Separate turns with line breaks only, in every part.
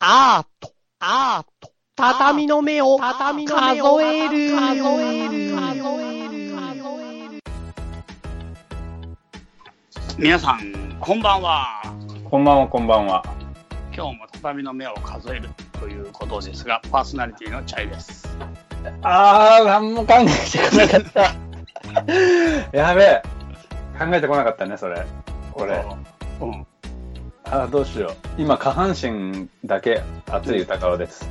アート、アート、畳の目を、畳の目を数える、数える、
皆さんこんばんは
こんばんは、こんばんは。
今日も畳の目を数えるということですがパーソナリティのチャイです
あー、なんも考えてこなかった。 やべえ。考えてこなかったね、それ。これ。
そううん
あー、どうしよう。今、下半身だけ熱い歌顔 です。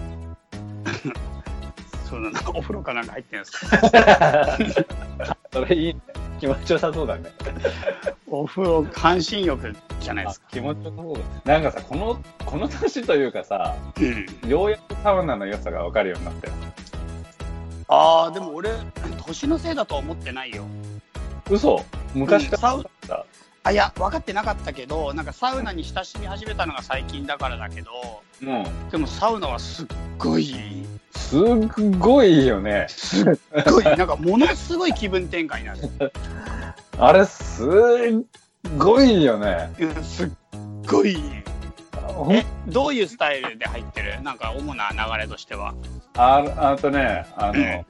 そのお風呂かなんか入ってるんですか
それいいね。気持ちよさそうだね。
お風呂半身浴じゃないですか
気持ちよさそうだね。なんかさ、この、この年というかさ、
うん
ようやくサウナの良さがわかるようになったよ。
ああでも俺年のせいだとは思ってないよ
嘘昔から
うんサウ
だ
あいや分かってなかったけどなんかサウナに親しみ始めたのが最近だからだけど
った。も
でもサウナはすっごい
うん、すっごいいいよね。
すっごいなんかものすごい気分転換になる
あれ、すっごいいいよね。
うんすっごい
ほん
えどういうスタイルで入ってるなんか主な流れとしては
ああとね、あの、え、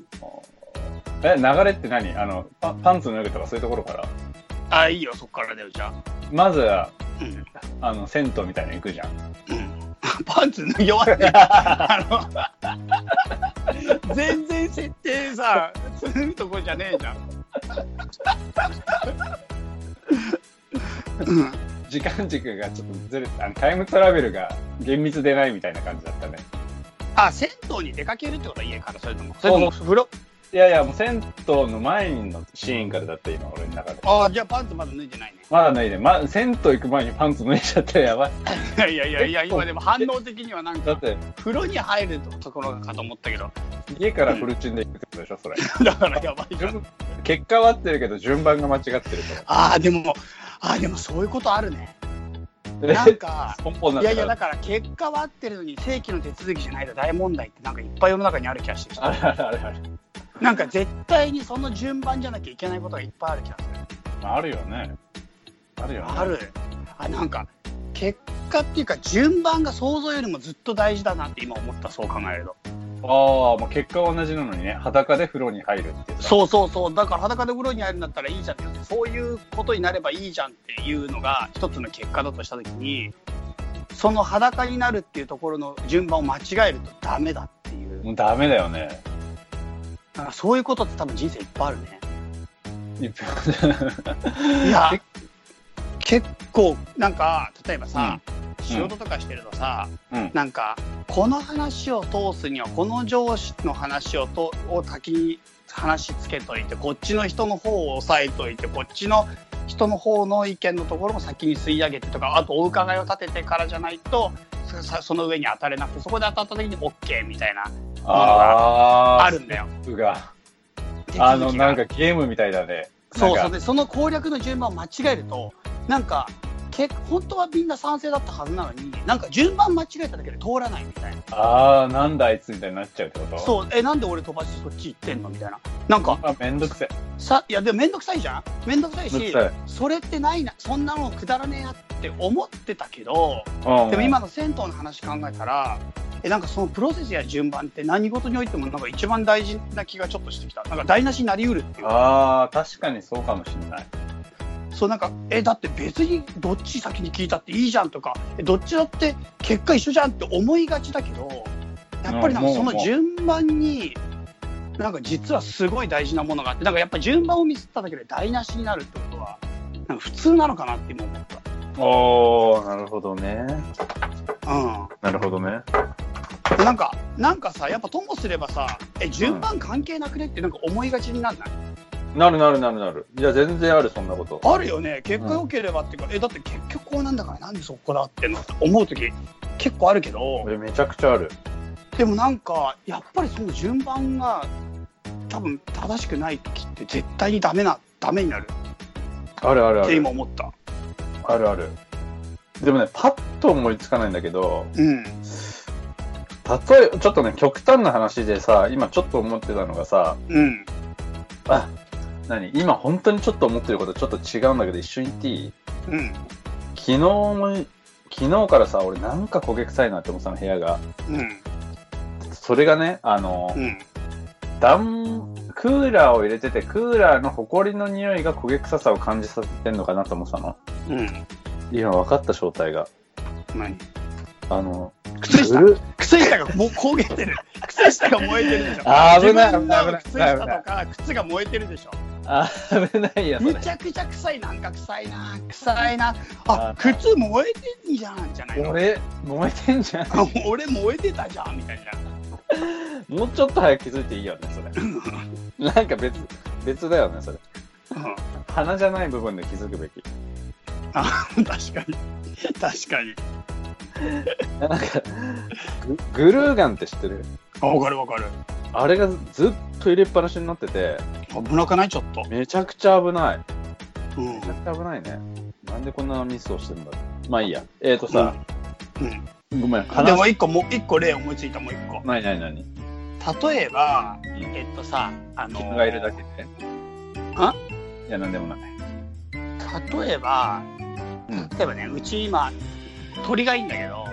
流れって何あのパ、パンツ脱ぐとかそういうところから。
あいいよそっからだよじゃあ
まずは、
うん
あの、銭湯みたいなの行くじゃん。
パンツ脱ぎ終わってあの 全然設定さするとこじゃねえじゃんうん
時間軸がちょっとずれて、あのタイムトラベルが厳密でないみたいな感じだったね。
あ銭湯に出かけるってことは家からそれともそれとも
そ
風呂
いやいや、もう銭湯の前のシーンからだった今、俺の中で。
あじゃあパンツまだ脱いでないね
まだ脱いで、ま、銭湯行く前にパンツ脱いじゃったらやばい。
いやいやいやいや今でも反応的にはなん
だ
か
って、
風呂に入るところかと思ったけど
家からフルチンで行くってことでしょ、それ。
だからやばいじゃん
結果は合ってるけど、順番が間違ってるか
あーでもあーでもそういうことあるね
ら。
なん か
ポンポンないっ
や
た
いや
から
だから結果は合ってるのに正規の手続きじゃないと大問題ってなんかいっぱい世の中にある気がしてき
あ
た
れあれあれあれ。
なんか絶対にその順番じゃなきゃいけないことがいっぱいある気がする
まあ、あるよね。あるよね。
あるあなんか結果っていうか順番が想像よりもずっと大事だなって今思ったそう考えると
ああ、まあ、結果は同じなのにね、裸で風呂に入るっていうさ
そうそうそうだから裸で風呂に入るんだったらいいじゃんって言ってそういうことになればいいじゃんっていうのが一つの結果だとした時にその裸になるっていうところの順番を間違えるとダメだっていう
もうダメだよ ね。
なんかそういうことって多分人生いっぱいあるね
いっ
いや結構なんか例えばさ、仕事とかしてるとさ、
うん
なんかこの話を通すにはこの上司の話をとを先に話つけといてこっちの人の方を押さえといてこっちの人の方の意見のところも先に吸い上げてとかあとお伺いを立ててからじゃないとそさその上に当たれなくてそこで当たった時に OK みたいな
あー
あるんだよ。
うが。
手続きが
あの、なんかゲームみたいだね。
そうそ
なん
う
か
でその攻略の順番を間違えるとなんかけ本当はみんな賛成だったはずなのになんか順番間違えただけで通らないみたいな
ああ、なんだあいつみたいになっちゃうってことう。
そうえなんで俺飛ばしてそっち行ってんのみたいななんか
あ、めんどくせえ。
さいやでも面倒くさいじゃん面倒くさい
めん
し
どくさい
それってないなそんなのくだらねえやって思ってたけど
うん
でも今の銭湯の話考えたらえなんかそのプロセスや順番って何事においてもなんか一番大事な気がちょっとしてきたなんか台無しになりうるっていうか
ああ、確かにそうかもしれない。
そうなんかえだって別にどっち先に聞いたっていいじゃんとかえどっちだって結果一緒じゃんって思いがちだけどやっぱりなん
う
か
ん
その順番になんか実はすごい大事なものがあってなんかやっぱ順番をミスっただけで台無しになるってことはなんか普通なのかなって今思っ
おー、なるほどね。
た。うん
なるほどね。
なんかなんかさやっぱともすればさえ順番関係なくねってなんか思いがちになんない、
なるなるなるなる。いや、全然ある、そんなこと。
あるよね結果良ければっていうか、えだって結局こうなんだからなんでそここだわってんのって思う時結構あるけど。
俺めちゃくちゃある。
でもなんかやっぱりその順番が多分正しくない時って絶対にダメなダメになる
あるあるあ
って
る
今。思った
あるある。でもね、パッと思いつかないんだけど、
うん
例えば、ちょっとね、極端な話でさ、今ちょっと思ってたのがさ、
うん
あ、何今本当にちょっと思ってることちょっと違うんだけど、一緒に言っていい
うん
昨日も、昨日からさ、俺なんか焦げ臭いなって思ってたの、部屋が。
うん。
それがね、あの
う、ん。
暖、クーラーを入れてて、クーラーの埃の匂いが焦げ臭さを感じさせてんのかなと思ってたの。
うん。
今分かった正体が。
何
あの、
靴下
ブルー
靴下がもう焦げてる。靴下が燃えてるでしょ。
あ ー危ない
自分の
危
靴
な
下
い危ない
とか靴が燃えてるでしょ。
あ、 危ないや、そ
む
れ。
ちゃくちゃ臭い、なんか臭いな、臭いな。
あ
あ、靴燃えてんじゃんじゃないの。
俺、燃えてんじゃん。
あ 俺燃えてたじゃんみたいな。
もうちょっと早く気づいていいよね、 それ。なんか別、別だよね、それ。
うん
鼻じゃない部分で気づくべき。
あ、確かに。確かに。
なんか、ググルーガンって知ってる
あ、わかるわかる。
あれがずっと入れっぱなしになってて、
危なくないちょっと。
めちゃくちゃ危ない。
うん
めちゃくちゃ危ないね。なんでこんなミスをしてんだろうまあいいや。えーとさ、
うんうん
ごめん、
で
話
も一個もう一個例思いついたもう一個。
ないないない。
例えば、
ん
えっとさ、あの
君がいるだけで。
あ
いや、なんでもない。
例えば、
うん。は
例えばね、うち今、鳥がいいんだけど、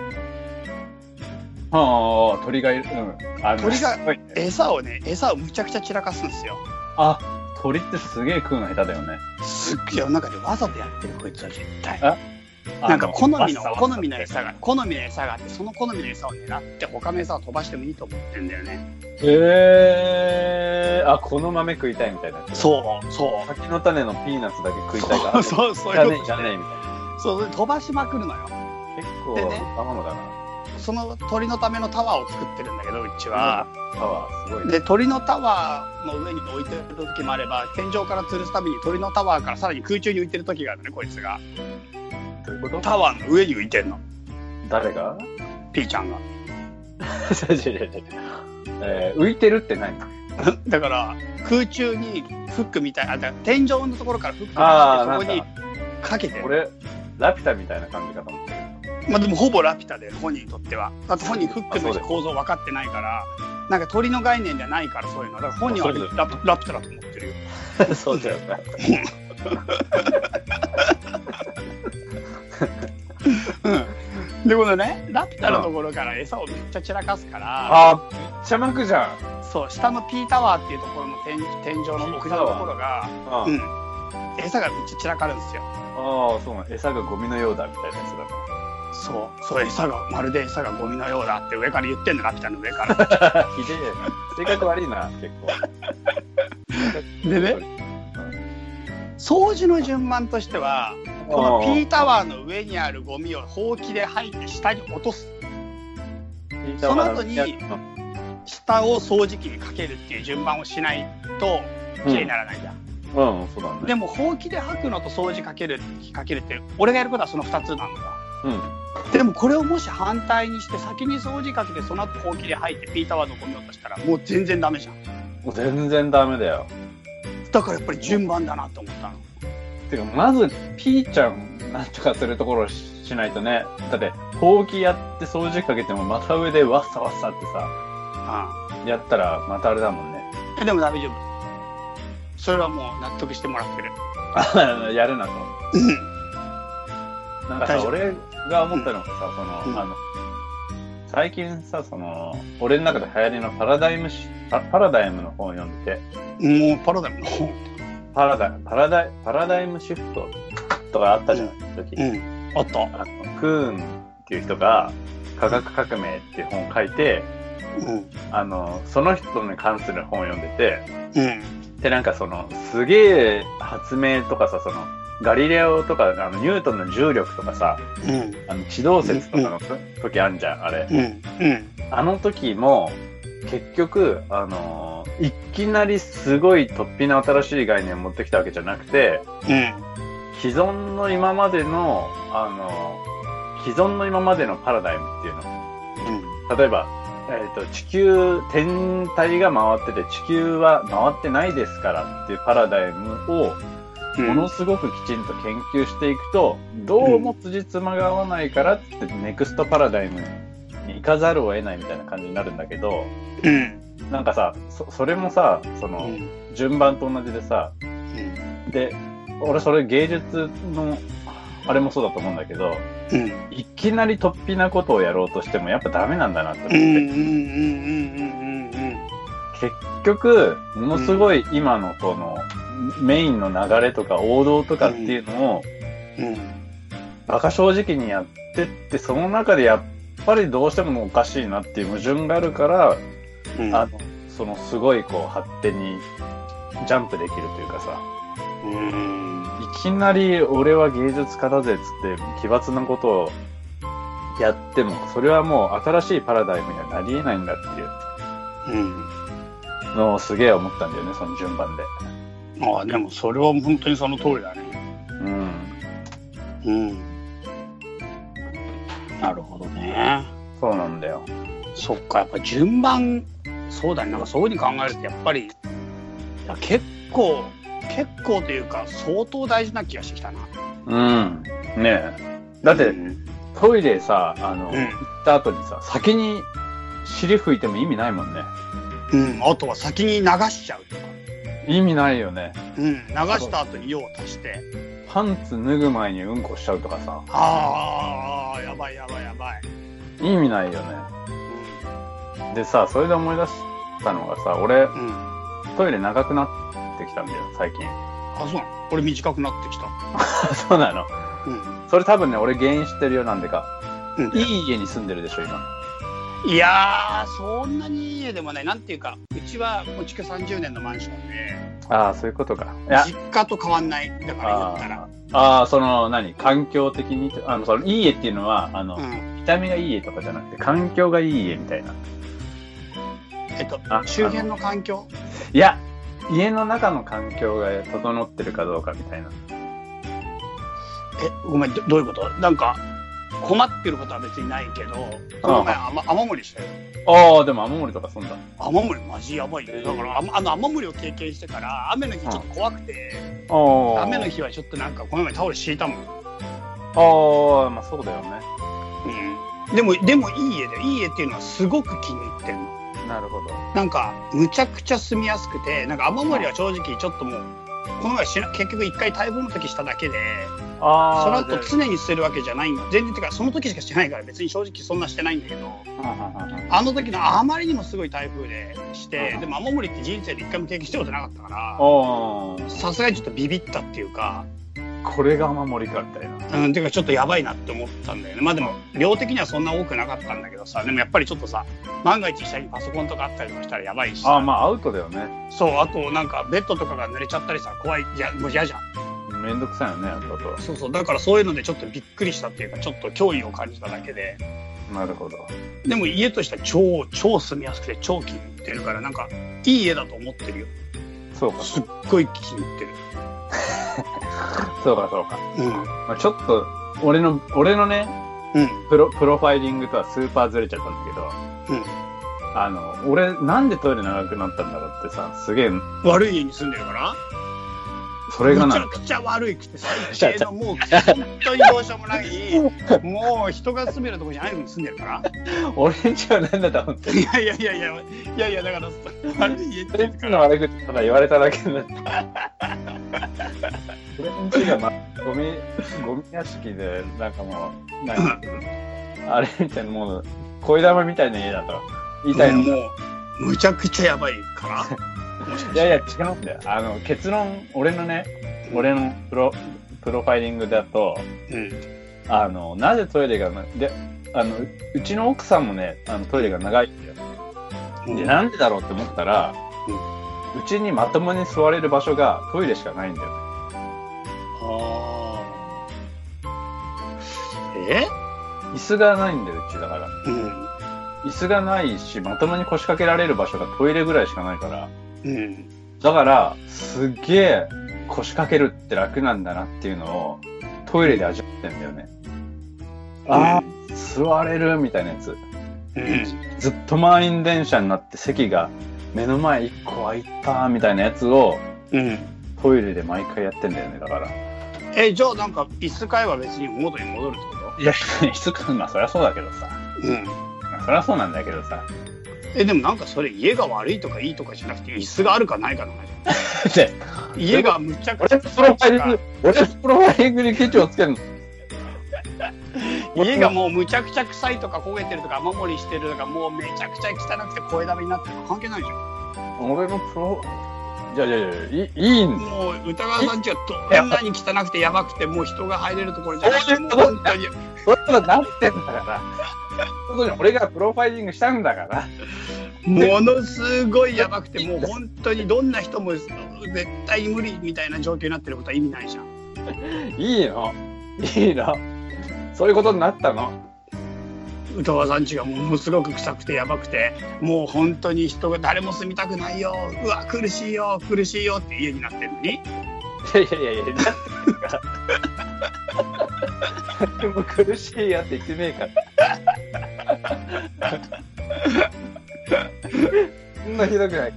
ああ、鳥がいる。うん。あの
鳥が
すごいね
餌をね、餌をむちゃくちゃ散らかすんですよ。
あ、鳥ってすげえ食うの下手だよね。
すっげえ、なんかね、わざとやってる、こいつは絶対。
あ
なんか好み
わっ
の
さわっさ
好みの餌が好みの餌があってその好みの餌を狙って他の餌を飛ばしてもいいと思ってんだよね
へえー、あ、この豆食いたいみたいなやつ。
そうそ
柿の種のピーナッツだけ食いたいから。
う そうそう
じゃ
いう
ね
こと
え、じゃねえ、みたいな。
そう飛ばしまくるのよ
結構、
でね
頭もだな。
その鳥のためのタワーを作ってるんだけどうちは、
パワー、すごいね。
で鳥のタワーの上に置いてる時もあれば天井から吊るすために鳥のタワーからさらに空中に浮いてる時があるのねこいつが
どういうこと
タワーの上に浮いてんの
誰が
ピーちゃんが
違う違う違う違う えー浮いてるって何
だから空中にフックみたいあだから天井のところからフック
あー
があってそこに
なん
かけてる
俺、ラピュタみたいな感じかと思ってる。
まあでもほぼラピュタで本人にとってはだって本人フック
あそう
の
です
構造分かってないからなんか鳥の概念じゃないからそういうのだから本人は
あそうです
ラプラピュタだと思ってるよ
そうだよね。
うんでこのねラピュタのところから餌をめっちゃ散らかすから、
あー、めっちゃ巻くじゃん。
そう下のピータワーっていうところの天天井の奥のところが、
あ
う
ー
ん、餌がめっちゃ散らかるんですよ
あー、そうなの。餌がゴミのようだみたいなやつだ。
そうそう餌がまるで餌がゴミのようだって上から言ってんのラピュタの上から
ひでえ。性格悪いな、結構。
でね掃除の順番としてはこのピータワーの上にあるゴミをほうきで吐いて下に落とす
ー
その後に下を掃除機にかけるっていう順番をしないと綺麗にならないじゃん、
うん、うん、そうだね。
でもほうきで吐くのと掃除かけるかけるって俺がやることはその2つなんだ
うん。
でもこれをもし反対にして先に掃除かけてその後ほうきで吐いてピーターワーのゴミを落としたらもう全然ダメじゃん
もう全然ダメだよ。
だからやっぱり順番だなと思ったの
てか、まず、ピーちゃん、なんとかするところをししないとね。だって、ほうきやって掃除かけても、また上でわっさわっさってさ、
あ
やったら、またあれだもんね。
あでも大丈夫それはもう納得してもらってる
あやるなと。
うん
なんか
大
さ、
丈夫
俺が思ったのがさ、その、
うん
あの、最近さ、その、俺の中で流行りのパラダイムし、パパラダイムの本を読んでて、
もうパラダイムの方
パラダイム、パラダイ、パラダイムシフトとかあったじゃない、時。
んあった
あの、クーンっていう人が、科学革命っていう本を書いて、
うん
あの、その人に関する本を読んでて、
うん
で、なんかその、すげえ発明とかさ、その、ガリレオとか、あの、ニュートンの重力とかさ、
うん
あの、地動説とかの時あんじゃん、あれ。
うんうん
あの時も、結局、あのーいきなりすごい突飛な新しい概念を持ってきたわけじゃなくて、
うん
既存の今までの、あのー既存の今までのパラダイムっていうの。例えば、えっ、と、地球、天体が回ってて、地球は回ってないですからっていうパラダイムを、
うん
ものすごくきちんと研究していくと、どうも辻褄が合わないからって、ネクストパラダイムに行かざるを得ないみたいな感じになるんだけど、
うん
なんかさ、そそれもさ、その、
うん
順番と同じでさ、で、俺それ芸術のあれもそうだと思うんだけど、
うん
いきなり突飛なことをやろうとしてもやっぱダメなんだなって思っ
う
て、
んうんうんうんうんうん
結局、ものすごい今のこのメインの流れとか王道とかっていうのを
うん
馬鹿正直にやってって、その中でやっぱりどうしてもおかしいなっていう矛盾があるから、
うん
あの、そのすごいこう発展にジャンプできるというかさ、
うん
いきなり俺は芸術家だぜっつって奇抜なことをやっても、それはもう新しいパラダイムにはなり得ないんだっていう
うん
のをすげえ思ったんだよね、その順番で。
ああでもそれは本当にその通りだね
うん。
うんなるほどね
そうなんだよ。
そっかやっぱ順番そうだねなんかそういうふうに考えるとやっぱりいや結構結構というか相当大事な気がしてきたな
うん。ねえ。だって、
うん
トイレさ、あ
う
の、
ん
行った後にさ、先に尻拭いても意味ないもんね。
うんあとは先に流しちゃうとか
意味ないよね。
うん流した後に用を足して
パンツ脱ぐ前にうんこしちゃうとかさ、
ああやばいやばいやばい、
意味ないよね。でさ、それで思い出したのがさ、俺、
うんうん、
トイレ長くなってきたんだよ、最近。
あそうなのこれ短くなってきた
そうなの。
うん
それ多分ね、俺原因知ってるよ、なんでか。
うん
いい家に住んでるでしょ、今。
いやーそんなにいい家でもないなんていうかうちはもう築30年のマンションで
ああ、そういうことか。いや、
実家と変わんないだから言ったら
ああ、その、何環境的にあの、その、いい家っていうのは、あの、
うん
見た目がいい家とかじゃなくて、環境がいい家みたいな。
えっと
あ
周辺の環境
いや、家の中の環境が整ってるかどうかみたいな。
えごめんどどういうことなんか困ってることは別にないけどこの前雨雨漏りしたよ
ああ、でも雨漏りとかそんだ。
雨漏りマジやばいねだからああの雨漏りを経験してから雨の日ちょっと怖くて
ああ。
雨の日はちょっとなんかこの前タオル敷いたもん、
ああ、まあそうだよね。
うん、でもでもいい家でいい家っていうのはすごく気に入ってるの
なるほど。
なんかむちゃくちゃ住みやすくてなんか雨漏りは正直ちょっともうこの前しな結局一回台風の時しただけでその
ああ。
後常にしてるわけじゃないん全然てかその時しかしてないから別に正直そんなしてないんだけどあの時のあまりにもすごい台風でして
うん
でも雨漏りって人生で一回も経験したことなかったか
あ
らさすがにちょっとビビったっていうか
あ。これが雨漏りかみたいな。
うんてかちょっとやばいなって思ったんだよねまあでも量的にはそんな多くなかったんだけどさでもやっぱりちょっとさ万が一下にパソコンとかあったりとかしたらやばいし
あ
さ
あ、まあアウトだよね。
そうあとなんかベッドとかが濡れちゃったりさ怖いじゃもう嫌じゃん
めんどくさいよね、あとは。
そうそうだからそういうのでちょっとびっくりしたっていうかちょっと脅威を感じただけで
なるほど。
でも家としては超超住みやすくて超気に入ってるからなんかいい家だと思ってるよ
そうか、
すっごい気に入ってる
そうか、そうか。
うん
まあ、ちょっと、俺の、俺のね、
うん
プロ、プロファイリングとはスーパーずれちゃったんだけど、あの、俺、なんでトイレ長くなったんだろうってさ、すげえ、
うん悪い家に住んでるから
それ が
めち
な
ゃ
んか、
くちゃ悪いくて最低のもう本当にどうしようもないもう人が住めるとこじゃないのに住んでるから
俺んちはなんだと思って。
いやいやいやいやいやいやだから悪い家って
俺んちの悪口ただ言われただけ になって。俺んちが、ま、ゴミ、ゴミ屋敷で、なんかもう、なんか、あれみたいな、もう、恋玉みたいな家だと言いたいの。
もうむちゃくちゃやばいからもしか
いやいや、違うんだよ。あの、結論、俺のね、俺のプロ、プロファイリングだと、
うん
あの、なぜトイレがな、で、あの、ううちの奥さんもね、あの、トイレが長いんだよ。で、なんでだろうって思ったら、
う
うちにまともに座れる場所がトイレしかないんだよ。
あーえ
椅子がないんだよ、うちだから。
うん
椅子がないし、まともに腰掛けられる場所がトイレぐらいしかないから。
うん
だから、すっげえ腰掛けるって楽なんだなっていうのを、トイレで味わってんだよね。ああ、座れるみたいなやつ。
うん
ずっと満員電車になって席が目の前一個空いたみたいなやつを
うん
トイレで毎回やってんだよね、だから。
えじゃあなんか椅子買えば別に元に戻るってこ
いや、質感、まあそりゃそうだけどさ。
とうん
まあそりゃそうなんだけどさ。
えでもなんかそれ家が悪いとかいいとかじゃなくて椅子があるかないかの話
で、
家がむちゃくち
俺
ゃ
のプロファイリング、俺のプロファイリングにケチをつけるの。
家がもうむちゃくちゃ臭いとか焦げてるとか雨漏りしてるとかもうめちゃくちゃ汚くて声だめになってるとか関係ないでしょ
俺のプロ、じゃあじゃあじゃあいいいいんだ
もう歌川さんちはどんなに汚くてやばくてもう人が入れるところじゃなくて
そうい
も
う
う
こと
本当に
そういうことになってんだから。そういうことに俺がプロファイリングしたんだから。
ものすごいやばくてもう本当にどんな人も絶対無理みたいな状況になってることは意味ないじゃん
いいのいいのそういうことになったの
歌川さんちがものすごく臭くてやばくてもう本当に人が誰も住みたくないようわ苦しいよ苦しいよって家になってるのに
いやいやいやいや、なってるから。でも苦しいやって言ってねえから。そんなひどくない。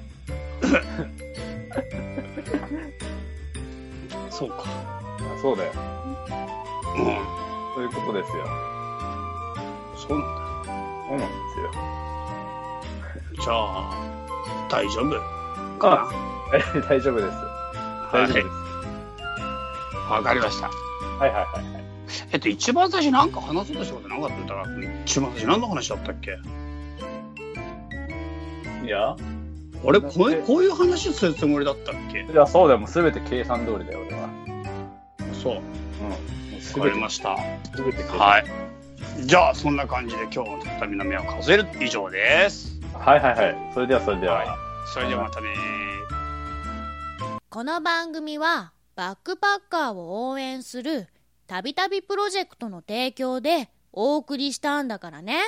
そうか
あそうだよ。
うん
そういうことですよ。
そうなん
そうなんですよ。
だじゃあ大丈夫
あ
か
大丈夫です。
な
大丈夫で
はい
す。
わかりました
はいはいはい。
えっと一番最初なんか話そうとしたことなかった歌川君一番最初何の話だったっけ
いや、
あれこういうこういう話するつもりだったっけ
いやそうだよ。もうすべて計算通りだよ、俺は。
そう
うん。す
わかりました
すべて計算
はいじゃあそんな感じで今日の畳の目を数える以上です
はいはいはい。それではそれでは。
はいそれではまたね
この番組はバックパッカーを応援するたびたびプロジェクトの提供でお送りしたんだからね。